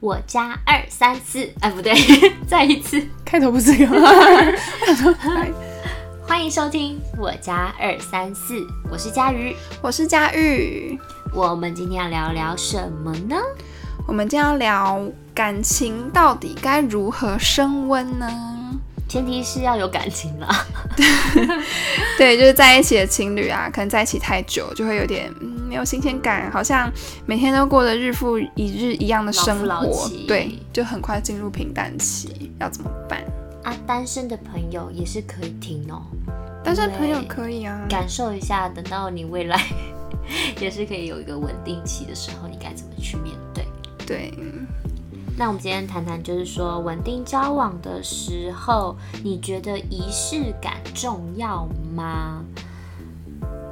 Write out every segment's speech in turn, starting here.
我家二三四，哎，不对， 再一次，开头不是这个吗？欢迎收听我家二三四，我是佳瑜。我是佳玉，我们今天要聊聊什么呢？我们今天要聊感情到底该如何升温呢？前提是要有感情啦。对，就是在一起的情侣啊，可能在一起太久，就会有点、嗯、没有新鲜感，好像每天都过着日复一日一样的生活，老夫老妻对，就很快进入平淡期，要怎么办？ 啊，单身的朋友也是可以听哦，但是朋友可以啊，感受一下，等到你未来 也是可以有一个稳定期的时候，你该怎么去面对？对，那我们今天谈谈，就是说稳定交往的时候，你觉得仪式感重要吗？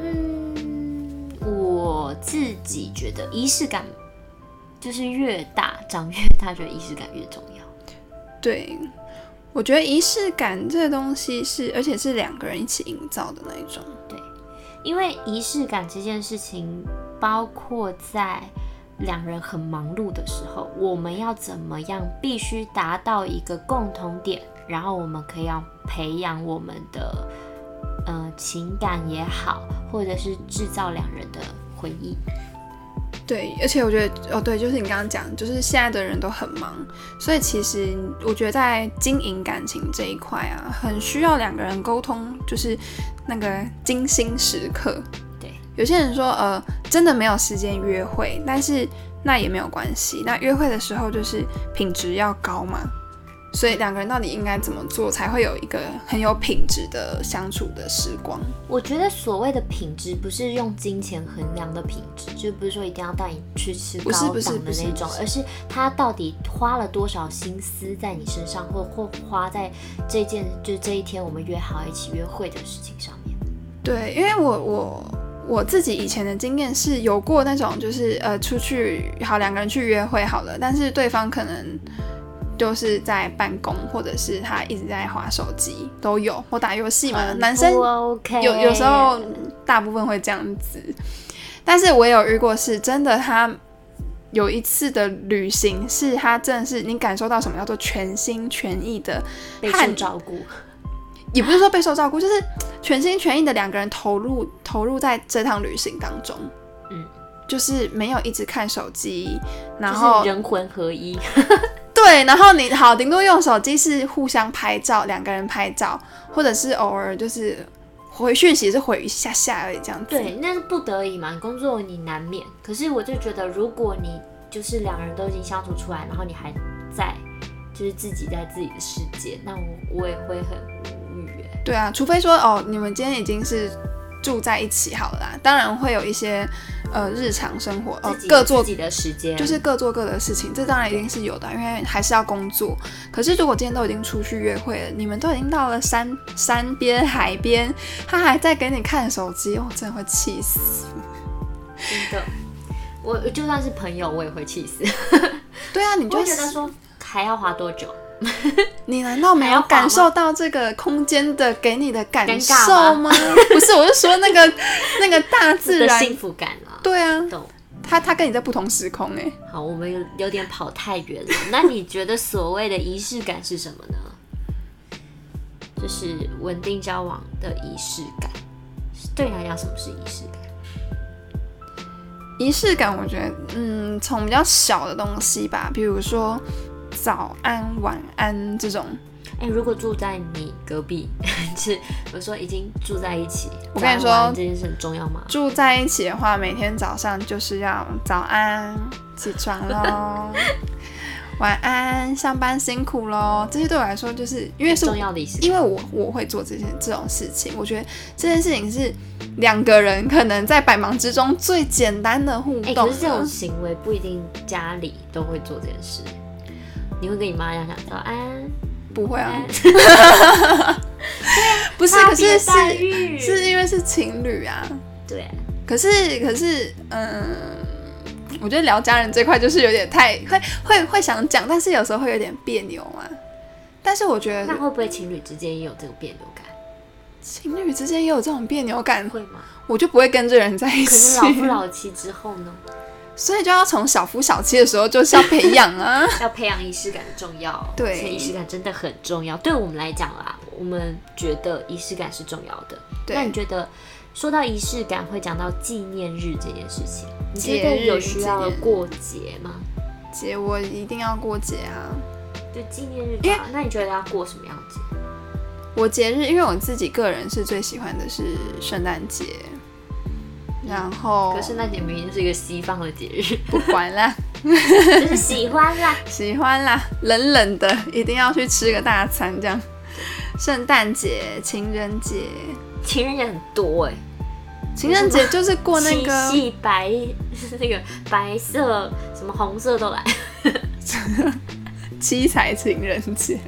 嗯，我自己觉得仪式感就是越大，长越大，觉得仪式感越重要。对，我觉得仪式感这东西是，而且是两个人一起营造的那一种。因为仪式感这件事情，包括在两人很忙碌的时候，我们要怎么样必须达到一个共同点，然后我们可以要培养我们的呃情感也好，或者是制造两人的回忆。对，而且我觉得，哦，对，就是你刚刚讲，就是现在的人都很忙，所以其实我觉得在经营感情这一块啊，很需要两个人沟通，就是那个精心时刻。对，有些人说，呃，真的没有时间约会，但是那也没有关系。那约会的时候就是品质要高嘛，所以两个人到底应该怎么做才会有一个很有品质的相处的时光？我觉得所谓的品质，不是用金钱衡量的品质，就不是说一定要带你去吃不是高不是档的不是那种不，是而是他到底花了多少心思在你身上，或或花在这件就这一天我们约好一起约会的事情上面。对，因为我我我自己以前的经验是有过那种，就是呃出去好两个人去约会好了，但是对方可能就是在办公，或者是他一直在划手机都有，或打游戏嘛。很呃男生嗯不 OK，有有时候大部分会这样子，但是我有遇过是真的他。有一次的旅行，是他真的是你感受到什么叫做全心全意的备受汗照顾，也不是说备受照顾，就是全心全意的两个人投入投入在这趟旅行当中。嗯，就是没有一直看手机，然就后是人魂合一。对，然后你好，顶多用手机是互相拍照，两个人拍照，或者是偶尔就是回讯息是回一下下而已这样子。对，那是不得已嘛，你工作你难免。可是我就觉得，如果你就是两人都已经相处出来，然后你还在就是自己在自己的世界，那我我也会很无语耶。对啊，除非说哦，你们今天已经是住在一起好了啦，当然会有一些呃日常生活哦自己有各做自己的时间，就是各做各的事情，这当然一定是有的，因为还是要工作。可是如果今天都已经出去约会了，你们都已经到了山山边、海边，他还在给你看手机，我真的会气死。真的，我就算是朋友，我也会气死。对啊，你你就就觉得说还要花多久？你难道没还要有滑吗感受到这个空间的给你的感尴尬受吗？ 不是，我是说那个那个大自的然。幸福感啊，对啊，懂。他他跟你在不同时空哎、好，我们有有点跑太远了。 那你觉得所谓的仪式感是什么呢？就是稳定交往的仪式感。对你来讲，什么是仪式感？仪式感，我觉得，嗯，从比较小的东西吧，比如说早安、晚安这种，哎、如果住在你隔壁， 是我说已经住在一起，我跟你早安晚安说这件事很重要吗？住在一起的话，每天早上就是要早安，起床 喽，晚安，上班辛苦喽。这些对我来说，就是因为是重要的仪式感。因为我我会做这些这种事情，我觉得这件事情是两个人可能在百忙之中最简单的互哎、可动了。是这种行为不一定家里都会做这件事。你会跟你妈讲讲早安，不会啊，不不是，可是是是是因为是情侣啊。对，可是可是，嗯，我觉得聊家人这块就是有点太会会会想讲，但是有时候会有点别扭嘛。但是我觉那得会不会情侣之间也有这个别扭感？情侣之间也有这种别扭感，会吗？我就不会跟这人在一可能起。老夫老妻之后呢？所以就要从小夫小妻的时候就是要培养 啊。要培养仪式感的重要，哦对所以仪式感真的很重要。对我们来讲啦，我们觉得仪式感是重要的。那你对，觉得说到仪式感，会讲到纪念日这件事情，你觉节得日有需要纪念日过节吗？节我一定要过节啊。就纪念日因为吧，那你觉得要过什么样子？我节日，因为我自己个人是最喜欢的是圣诞节，然后嗯可是圣诞节明明就是一个西方的节日，不管啦，就是喜欢啦。喜欢啦，冷冷的一定要去吃个大餐这样。圣诞节、情人节，情人节很多哎、情人节就是过那七个夕白 那个白色什么红色都来，七彩情人节。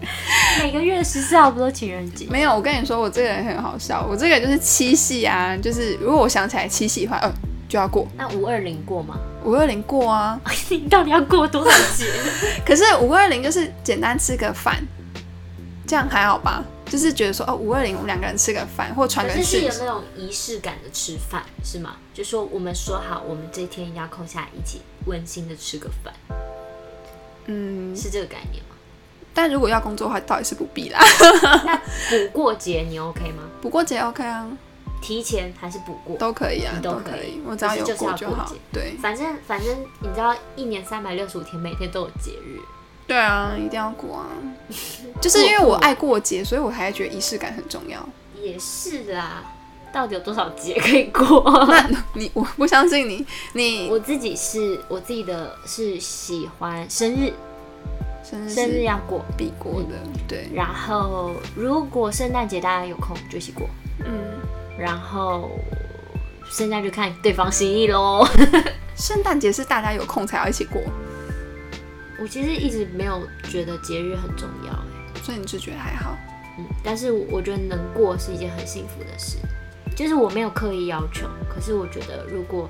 每个月十四号不都情人节？没有，我跟你说，我这个人很好笑，我这个人就是七夕啊，就是如果我想起来七夕的话，呃，就要过那五二零过吗？五二零过啊。 你到底要过多少 节？可是五二零就是简单吃个饭，这样还好吧？就是觉得说哦，五二零我们两个人吃个饭，或传可个是是讯有息那种仪式感的吃饭是吗？就说我们说好，我们这一天一定要空下来一起温馨的吃个饭，嗯，是这个概念吗？ 但如果要工作的话，倒也是不必啦。那补过节你 OK 吗？不过节 OK 啊，提前还是补过？都可以啊，你都都可以以，我只要有就是过就是要就过好节。对反正反正你知道，一年三百六十五天，每天都有节日。对啊，一定要过 啊。就是因为我爱过节，所以我才觉得仪式感很重要。也是啦，到底有多少节可以过？ 那你我不相信你，你我自己是我自己的是喜欢生日，生日生日是要过，必过的，对，然后如果圣诞节大家有空就一起过，嗯。然后剩下就看对方心意喽。圣诞节是大家有空才要一起过， 我其实一直没有觉得节日很重要、欸，所以你就觉得还好。嗯，但是我觉得能过是一件很幸福的事，就是我没有刻意要求，可是我觉得如果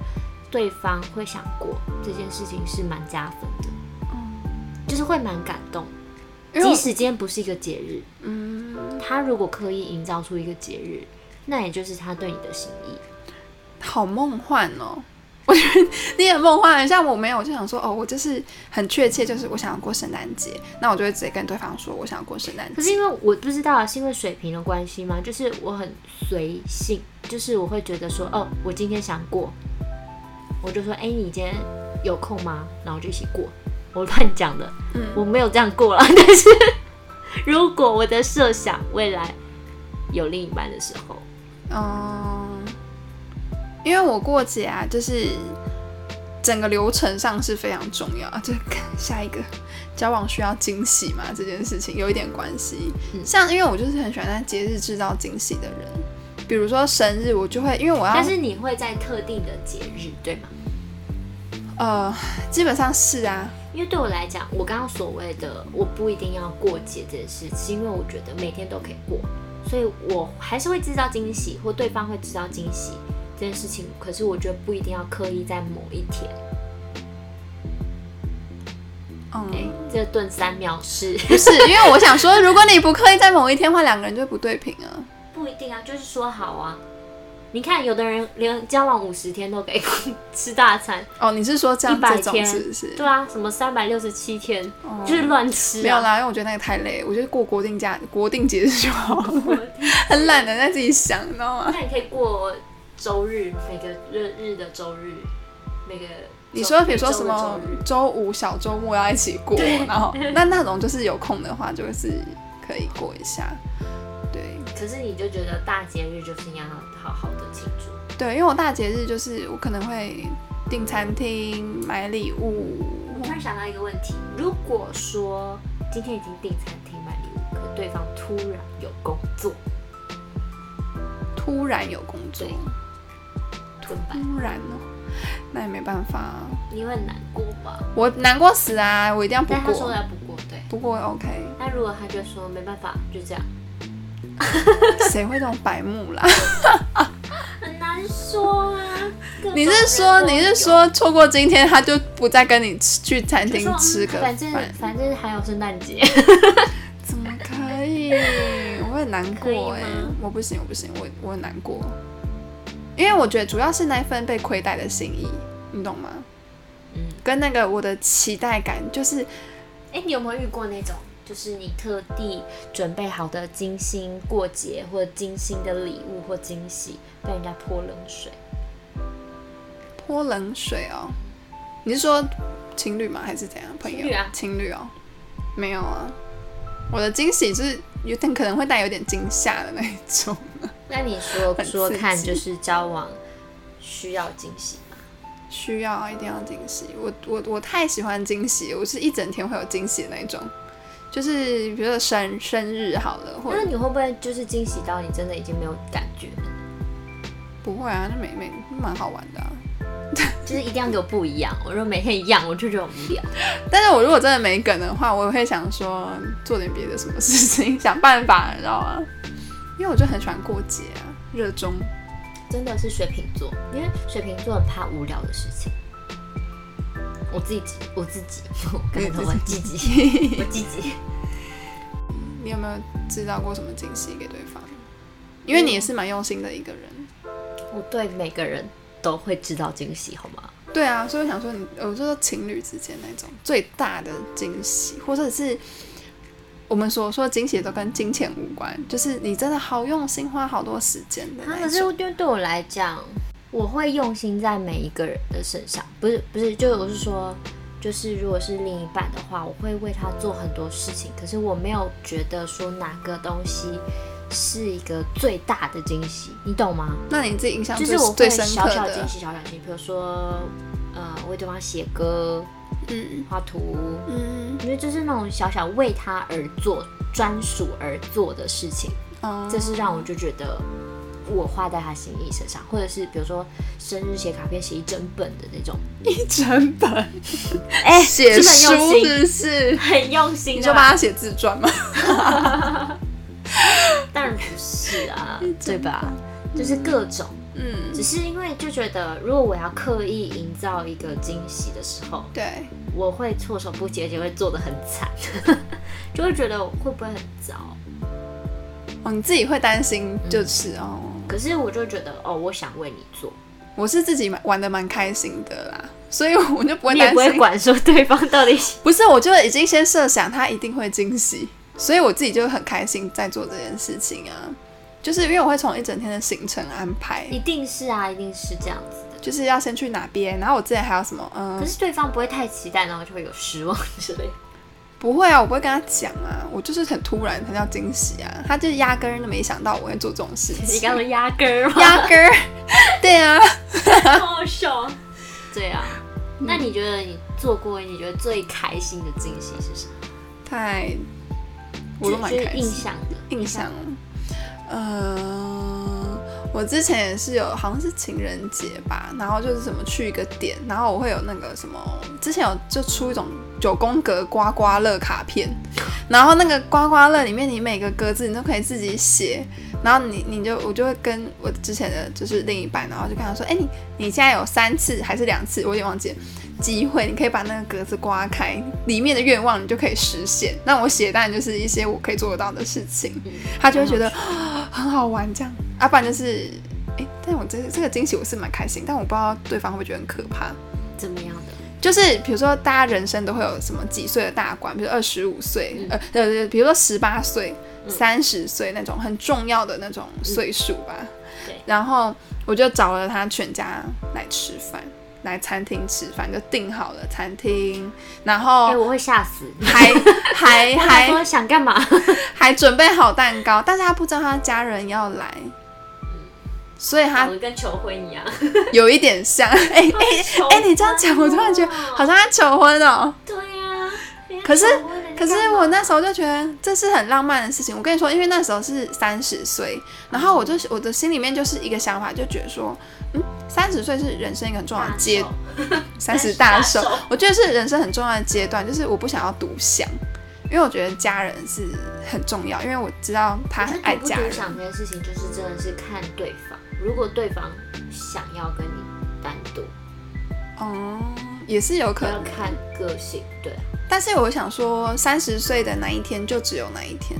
对方会想过这件事情是蛮加分的，就是会蛮感动。因为即我使今天不是一个节日，嗯，他如果刻意营造出一个节日，那也就是他对你的心意。好梦幻哦。 我觉得你很梦幻，像我没有，我就想说哦，我就是很确切，就是我想要过圣诞节，那我就会直接跟对方说我想要过圣诞可是节。因为我不知道啊是因为水平的关系吗？就是我很随性，就是我会觉得说，哦，我今天想过，我就说，哎、你今天有空吗？然后就一起过。我乱讲的，嗯我没有这样过了。 但是如果我的设想未来有另一半的时候，嗯，因为我过节啊，就是整个流程上是非常重要，就是看下一个交往需要惊喜嘛，这件事情有一点关系。嗯像因为我就是很喜欢在节日制造惊喜的人，比如说生日，我就会因为我要但是你会在特定的节日，对吗？呃，基本上是啊，因为对我来讲，我刚刚所谓的我不一定要过节这件事，是因为我觉得每天都可以过，所以我还是会制造惊喜，或对方会制造惊喜这件事情。可是我觉得不一定要刻意在某一天。嗯。哎、这顿三秒是 不是，因为我想说，如果你不刻意在某一天的话，两个人就不对平啊。不一定啊，就是说好啊。你看，有的人连交往五十天都可以 吃大餐，哦，你是说这样100这种天是不是？对啊，什么三百六十七天、哦就是乱吃、啊，没有 啦，因为我觉得那个太累，我觉得过国定假、国定节日就好，很懒得在自己想，你知 道吗？那你可以过周日，每个日日的周日，每个周你说，比如说每周什的么周日周五小周末要一起过，然后那那种就是有空的话，就是可以过一下。对可是你就觉得大节日就是应该要好好的庆祝，对，因为我大节日就是我可能会订餐厅、买礼物，我突然想到一个问题：如果说今天已经订餐厅买礼物，可对方突然有工作，突然有工作，对怎么办？突然哦，那也没办法、啊。你会很难过吧？我难过死啊！我一定要不但他说过，要不过，对。不过 OK，那如果他就说没办法，就这样，谁会这种白目啦？很难说啊。各种 你是人说都你有是说错过今天他就不再跟你吃去餐就厅说吃嗯个反正饭？反正还有圣诞节，怎么可以？ 我会很难可以过吗哎、我不行我不行，我我很难过，因为我觉得主要是那一份被亏待的心意，你懂吗？嗯，嗯，跟那个我的期待感，就是哎、你有没有遇过那种，就是你特地准备好的精心过节或精心的礼物或惊喜，被人家泼冷水？泼冷水哦。你是说情侣吗？还是怎样？朋友？情侣啊情侣哦，没有啊。我的惊喜就是有点可能会带有点惊吓的那一种。那你说 很刺激说看，就是交往需要惊喜吗？需要啊，一定要惊喜。我我我太喜欢惊喜，我是一整天会有惊喜的那种。就是比如说生生日好了，或者那你会不会就是惊喜到你真的已经没有感觉了？不会啊，那没没蛮好玩的、啊。就是一定要给我不一样。我如果每天一样，我就觉得很无聊。但是我如果真的没梗的话，我会想说做点别的什么事情，想办法，你知道吗？因为我就很喜欢过节啊，热衷。真的是水瓶座，因为水瓶座很怕无聊的事情。我自己，我自己， 我刚才说我自 己，我自己。你有没有制造过什么惊喜给对方？因为你也是蛮用心的一个人。我对每个人都会制造惊喜，好吗？对啊，所以我想说你，我就说情侣之间那种最大的惊喜，或者是我们所说的惊喜都跟金钱无关，就是你真的好用心，花好多时间的啊，那可一是种。对对我来讲，我会用心在每一个人的身上，不是不是，就是我是说，就是如果是另一半的话，我会为他做很多事情，可是我没有觉得说哪个东西是一个最大的惊喜，你懂吗？那你自己印象就最是我会哦最深小刻小的惊，喜，小小惊喜，比如说，呃，为对方写歌、嗯画图，嗯我觉得就是那种小小为他而做、专属而做的事情。哦，这是让我就觉得我花在他心意身上，或者是比如说生日写卡片写一整本的那 种，一整本哎、写真的很书用心，嗯 是不是？很用心啊，你就帮他写自传吗？当然不是 啊，对吧？就是各种，嗯，只是因为就觉得，如果我要刻意营造一个惊喜的时候，对，我会措手不及，而且会做的很惨， 就会觉得会不会很糟？哦，你自己会担心，就是、嗯哦，可是我就觉得，哦，我想为你做，我是自己蛮玩的蛮开心的啦，所以我就不会你也担心。不会管说对方到底，不是，我就已经先设想他一定会惊喜，所以我自己就很开心在做这件事情啊。就是因为我会从一整天的行程安排一定是啊，一定是这样子的。就是要先去哪边，然后我之前还有什么，嗯可，是对方不会太期待，然后就会有失望之类的。不会啊，我不会跟他讲啊，我就是很突然，才叫惊喜啊，他就压根儿就没想到我会做这种事 你情，刚刚说压根儿吗？压根儿， 对啊，好好笑啊。对啊，那你觉得你做过你觉得最开心的惊喜是什么？太，我都蛮就是开印心。象的印象，呃，我之前也是有，好像是情人节吧，然后就是什么去一个点，然后我会有那个什么，之前有就出一种九宫格刮刮乐卡片，然后那个刮刮乐里面你每个格子你都可以自己写，然后你你就我就会跟我之前的就是另一半，然后就跟他说，哎、你你现在有三次还是两次，我有点忘记了。机会，你可以把那个格子刮开，里面的愿望你就可以实现。那我写当然就是一些我可以做得到的事情，嗯他就会觉得啊很好玩这样。啊，不然就是，哎、但我这这个惊喜我是蛮开心，但我不知道对方会不会觉得很可怕。怎么样的？就是比如说，大家人生都会有什么几岁的大关，比如二十五岁，嗯呃呃，比如说十八岁、三十岁那种很重要的那种岁数吧。嗯对然后我就找了他全家来吃饭，来餐厅吃饭，就订好了餐厅，然哎、后我会吓死。 还还我想哦哎还说想干嘛？还准备好蛋糕，但是他不知道他家人要来，所以他 我跟求婚一样。有一点像， 哎哎哎哎，你这样讲，我突然觉得好像他求婚哦。对啊。可是人家求婚人家可是干嘛我那时候就觉得这是很浪漫的事情。我跟你说，因为那时候是三十岁，然后我嗯就我的心里面就是一个想法，就觉得说，嗯，三十岁是人生一个很重要的阶，三十大寿哦大寿，我觉得是人生很重要的阶段，就是我不想要独享，因为我觉得家人是很重要，因为我知道他很爱家我觉得独不人独。享这件事情，就是真的是看对方。如果对方想要跟你单独，哦、也是有可要能，看个性，对啊。但是我想说，三十岁的那一天就只有那一天，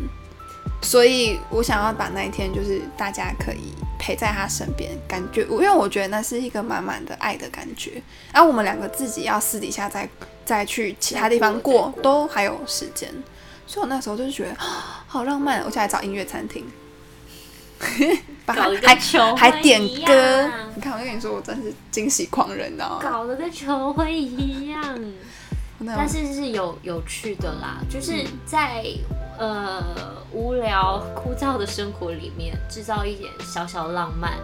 所以我想要把那一天就是大家可以陪在他身边，感觉因为我觉得那是一个满满的爱的感觉。然、啊、后我们两个自己要私底下再再去其他地方过，都还有时间，所以我那时候就是觉得 啊好浪漫，我就来找音乐餐厅，把它搞得还跟求啊还婚点一歌样。你看，我跟你说，我真是惊喜狂人，你知道吗？搞得跟求婚一嗯样。那但是是有有趣的啦，嗯就是在、呃无聊枯燥的生活里面，制造一点小小浪漫，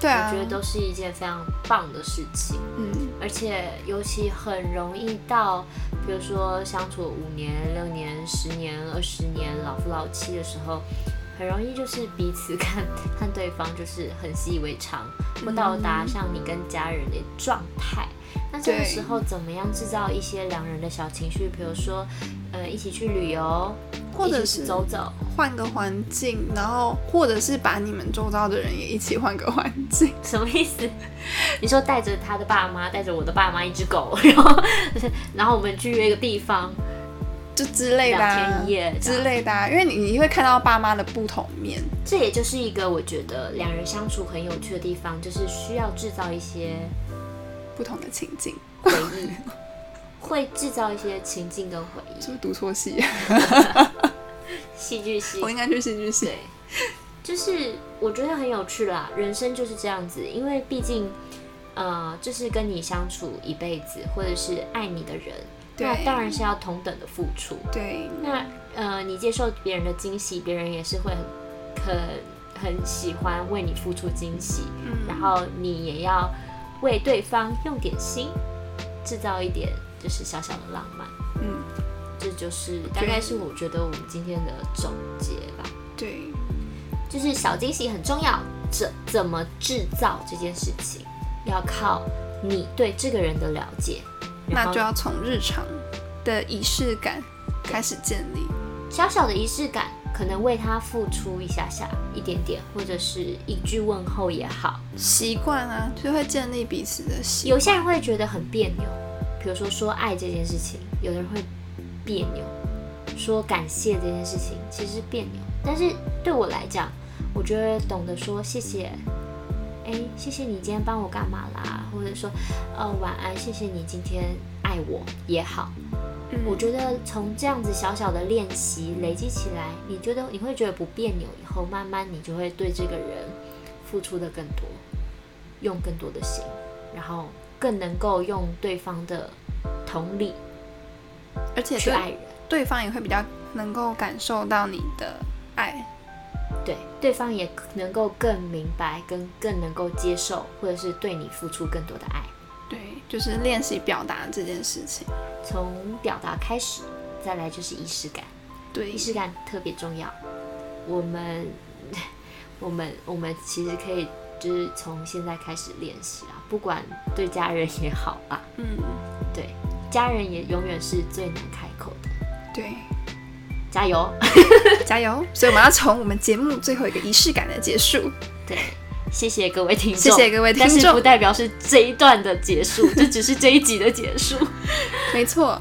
对啊，我觉得都是一件非常棒的事情。嗯，而且尤其很容易到，比如说相处五年、六年、十年、二十年，老夫老妻的时候，很容易就是彼此看看对方就是很习以为常，不到达像你跟家人的状态。那这个嗯对时候怎么样制造一些两人的小情绪？比如说，呃，一起去旅游，或者一起是走走，换个环境，然后或者是把你们周遭的人也一起换个环境， 什么意思？你说带着他的爸妈，带着我的爸妈，一只狗， 然后然后我们去约一个地方，就之类的、两啊天一夜，这之样类的、啊，因为你你会看到爸妈的不同面，这也就是一个我觉得两人相处很有趣的地方，就是需要制造一些不同的情境，回 忆，会制造一些情境跟回忆是，不是读错戏？戏剧性我。应该去戏剧系对。，就是我觉得很有趣啦，人生就是这样子，因为毕竟，呃，就是跟你相处一辈子，或者是爱你的人，对那当然是要同等的付出。对，那呃，你接受别人的惊喜，别人也是会很很很喜欢为你付出惊喜，然后你也要为对方用点心，制造一点就是小小的浪漫。嗯，这就是大概是我觉得我们今天的总结吧，对，就是小惊喜很重要，怎怎么制造这件事情，要靠你对这个人的了解，然那后就要从日常的仪式感开始建立。小小的仪式感，可能为他付出一下下一点点，或者是一句问候也好。习惯啊，就会建立彼此的习有些人会觉得很别扭，比如说说爱这件事情，有的人会别扭；说感谢这件事情，其实别扭。但是对我来讲，我觉得懂得说谢谢，哎，谢谢你今天帮我干嘛啦，或者说，呃，晚安，谢谢你今天爱我也好。嗯我觉得从这样子小小的练习累积起来，你觉得你会觉得不别扭，以后慢慢你就会对这个人付出的更多，用更多的心，然后更能够用对方的同理而且去对爱人。对方也会比较能够感受到你的爱。对，对方也能够更明白，跟更能够接受，或者是对你付出更多的爱。对，就是练习表达这件事情。从表达开始，再来就是仪式感。对仪，式感特别重要。我们， 我们，我们其实可以就是从现在开始练习啊，不管对家人也好吧，嗯，对家人也永远是最难开口的。对， 加油！ 加油！所以我们要从我们节目最后一个仪式感的结束。对，谢谢各位听众，谢谢各位听众但是不代表是这一段的结束，这只是这一集的结束。 没错，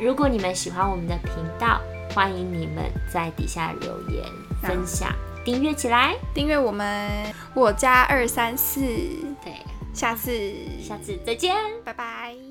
如果你们喜欢我们的频道，欢迎你们在底下留言、分享、订阅起来。订阅我们，我家二三四，对，下次，下次再见。拜拜。